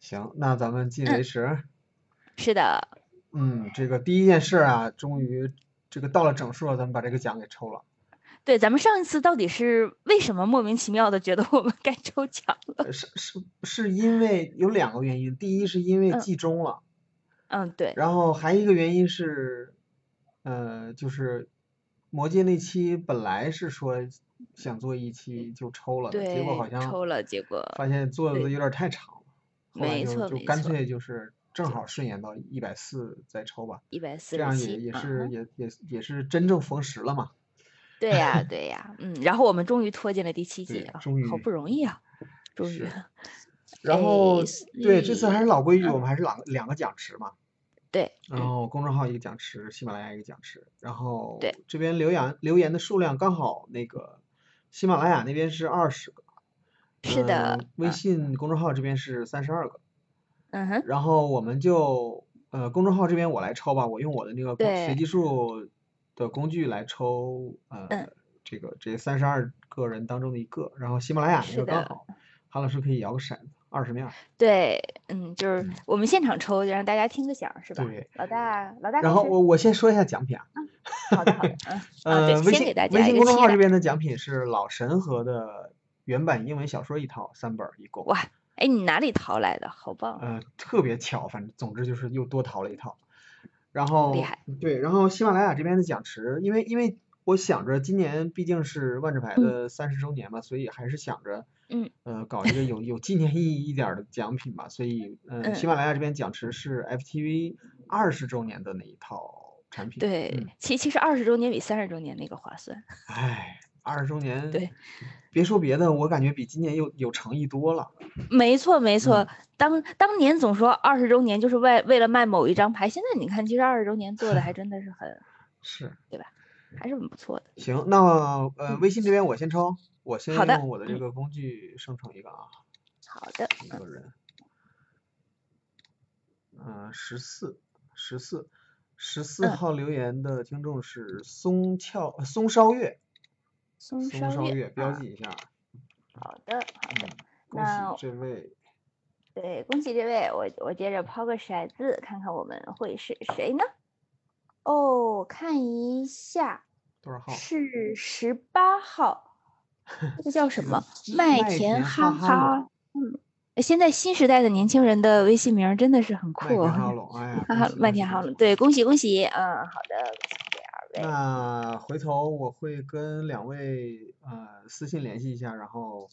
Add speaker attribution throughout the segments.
Speaker 1: 行，那咱们进
Speaker 2: 嗯，
Speaker 1: 为时。
Speaker 2: 是的，
Speaker 1: 嗯，这个第一件事啊，终于这个到了整数了，咱们把这个奖给抽
Speaker 2: 哦
Speaker 1: 了。
Speaker 2: 对，咱们上一次到底是为什么莫名其妙的觉得我们该抽奖 了？
Speaker 1: 呃，是是是因为有两个原因，第一是因为
Speaker 2: 嗯
Speaker 1: 季中了，
Speaker 2: 嗯，对，
Speaker 1: 然后还一个原因是，呃，就是魔戒那期本来是说想做一期就抽了的，结果好
Speaker 2: 对，
Speaker 1: 像
Speaker 2: 抽了，结果
Speaker 1: 发现做的有
Speaker 2: 对，
Speaker 1: 点儿太长了，后来
Speaker 2: 没
Speaker 1: 就
Speaker 2: 错
Speaker 1: 就
Speaker 2: 没
Speaker 1: 干
Speaker 2: 错，
Speaker 1: 脆就是正好顺延到一百四再抽吧，
Speaker 2: 一百四
Speaker 1: 这
Speaker 2: 十
Speaker 1: 样也
Speaker 2: 七，
Speaker 1: 也
Speaker 2: 嗯
Speaker 1: 是
Speaker 2: 哼，
Speaker 1: 也也也是真正逢时了嘛。
Speaker 2: 对呀对呀，嗯，然后我们终于拖进了第七集
Speaker 1: 对，
Speaker 2: 啊，
Speaker 1: 终
Speaker 2: 好
Speaker 1: 于
Speaker 2: 不容易啊，终于，
Speaker 1: 是。 然
Speaker 2: 哎，
Speaker 1: 后
Speaker 2: 所
Speaker 1: 对，这次还是
Speaker 2: 以，
Speaker 1: 老规矩，我
Speaker 2: 嗯，
Speaker 1: 们还是两个两个奖池嘛。
Speaker 2: 对，
Speaker 1: 然
Speaker 2: 嗯
Speaker 1: 后公众号一个奖池，喜马拉雅一个奖池。然后
Speaker 2: 对，
Speaker 1: 这边留言留言的数量刚好那个喜马拉雅那边是二十个，
Speaker 2: 是的，
Speaker 1: 嗯、微
Speaker 2: 嗯
Speaker 1: 信公众号这边是三十二个。
Speaker 2: 嗯哼，
Speaker 1: 然后我们就呃公众号这边我来抽吧，我用我的那个工随
Speaker 2: 对，
Speaker 1: 机数的工具来抽呃
Speaker 2: 嗯，
Speaker 1: 这个这三十二个人当中的一个。然后喜马拉雅那
Speaker 2: 是
Speaker 1: 个刚
Speaker 2: 的。
Speaker 1: 好，韩老师可以摇个骰子，二十面儿。
Speaker 2: 对，嗯，就是
Speaker 1: 嗯，
Speaker 2: 我们现场抽，就让大家听个响儿，是吧？
Speaker 1: 对。
Speaker 2: 老大，老大
Speaker 1: 然
Speaker 2: 开
Speaker 1: 后
Speaker 2: 始。
Speaker 1: 我我先说一下奖品啊，
Speaker 2: 嗯，好的，好 的，嗯，啊，对，
Speaker 1: 呃，微
Speaker 2: 先
Speaker 1: 信
Speaker 2: 给大
Speaker 1: 微
Speaker 2: 家一
Speaker 1: 信
Speaker 2: 个
Speaker 1: 公众
Speaker 2: 期
Speaker 1: 号这
Speaker 2: 待。
Speaker 1: 边的奖品是老神和的原版英文小说一套，三本儿一共，
Speaker 2: 哇，哎，你哪里淘来的？好棒，
Speaker 1: 呃，特别巧，反正总之就是又多淘了一套。然
Speaker 2: 厉
Speaker 1: 后
Speaker 2: 害。
Speaker 1: 对，然后喜马拉雅这边的奖池，因为因为我想着今年毕竟是万智牌
Speaker 2: 嗯
Speaker 1: 的三十周年嘛，所以还是想着
Speaker 2: 嗯
Speaker 1: 呃搞一个有有纪念意义一点儿的奖品吧，所以呃喜
Speaker 2: 嗯，
Speaker 1: 马拉雅这边奖池是 FTV 二十周年的那一套产品，
Speaker 2: 对，
Speaker 1: 嗯。
Speaker 2: 其其实二十周年比三十周年那个划算。
Speaker 1: 唉，二十周年，
Speaker 2: 对，
Speaker 1: 别说别的，我感觉比今年又有诚意多了。
Speaker 2: 没错没错，
Speaker 1: 嗯，
Speaker 2: 当当年总说二十周年就是为为了卖某一张牌，现在你看，其实二十周年做的还真的是很，
Speaker 1: 是。
Speaker 2: 对吧？还是很不错的。
Speaker 1: 行，那么呃，
Speaker 2: 嗯，
Speaker 1: 微信这边我先抽，我先
Speaker 2: 好的，
Speaker 1: 用我的这
Speaker 2: 嗯，
Speaker 1: 个工具生成一个啊，
Speaker 2: 好的，
Speaker 1: 一
Speaker 2: 嗯
Speaker 1: 个人，嗯、十四，十四，十四
Speaker 2: 嗯，
Speaker 1: 号留言的听众是松翘呃松烧月，
Speaker 2: 松
Speaker 1: 松
Speaker 2: 梢
Speaker 1: 烧
Speaker 2: 月
Speaker 1: 月，标
Speaker 2: 啊。
Speaker 1: 记一下啊，
Speaker 2: 好的，好的，
Speaker 1: 嗯，恭喜
Speaker 2: 那
Speaker 1: 这位，
Speaker 2: 对，恭喜这位，我我接着抛个骰子，看看我们会是谁呢？哦，看一下，
Speaker 1: 多少号？
Speaker 2: 是十八 号，这个叫什
Speaker 1: 是
Speaker 2: 么？麦
Speaker 1: 麦
Speaker 2: 田
Speaker 1: 田
Speaker 2: 哈
Speaker 1: 哈哈龙，
Speaker 2: 哈，嗯，诶现在新时代的年轻人的微信名儿真的是很
Speaker 1: 麦
Speaker 2: 酷
Speaker 1: 田
Speaker 2: 哦，
Speaker 1: 哈龙，哎呀，
Speaker 2: 哈
Speaker 1: 恭
Speaker 2: 哈，
Speaker 1: 喜
Speaker 2: 麦
Speaker 1: 恭喜恭
Speaker 2: 田
Speaker 1: 喜！
Speaker 2: 哈喽，对，恭喜恭喜，嗯，好的，恭喜这二位，
Speaker 1: 那回头我会跟两位呃私信联系一下，然后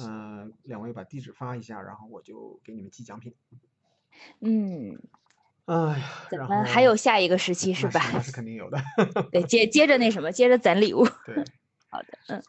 Speaker 1: 呃两位把地址发一下，然后我就给你们寄奖品。
Speaker 2: 嗯，
Speaker 1: 哎呀，
Speaker 2: 咱
Speaker 1: 然
Speaker 2: 们还有
Speaker 1: 后
Speaker 2: 下一个时期是
Speaker 1: 那
Speaker 2: 吧？
Speaker 1: 是那是肯定有的，
Speaker 2: 对，接接着那什么，接着攒礼物，
Speaker 1: 对，
Speaker 2: 好的，嗯。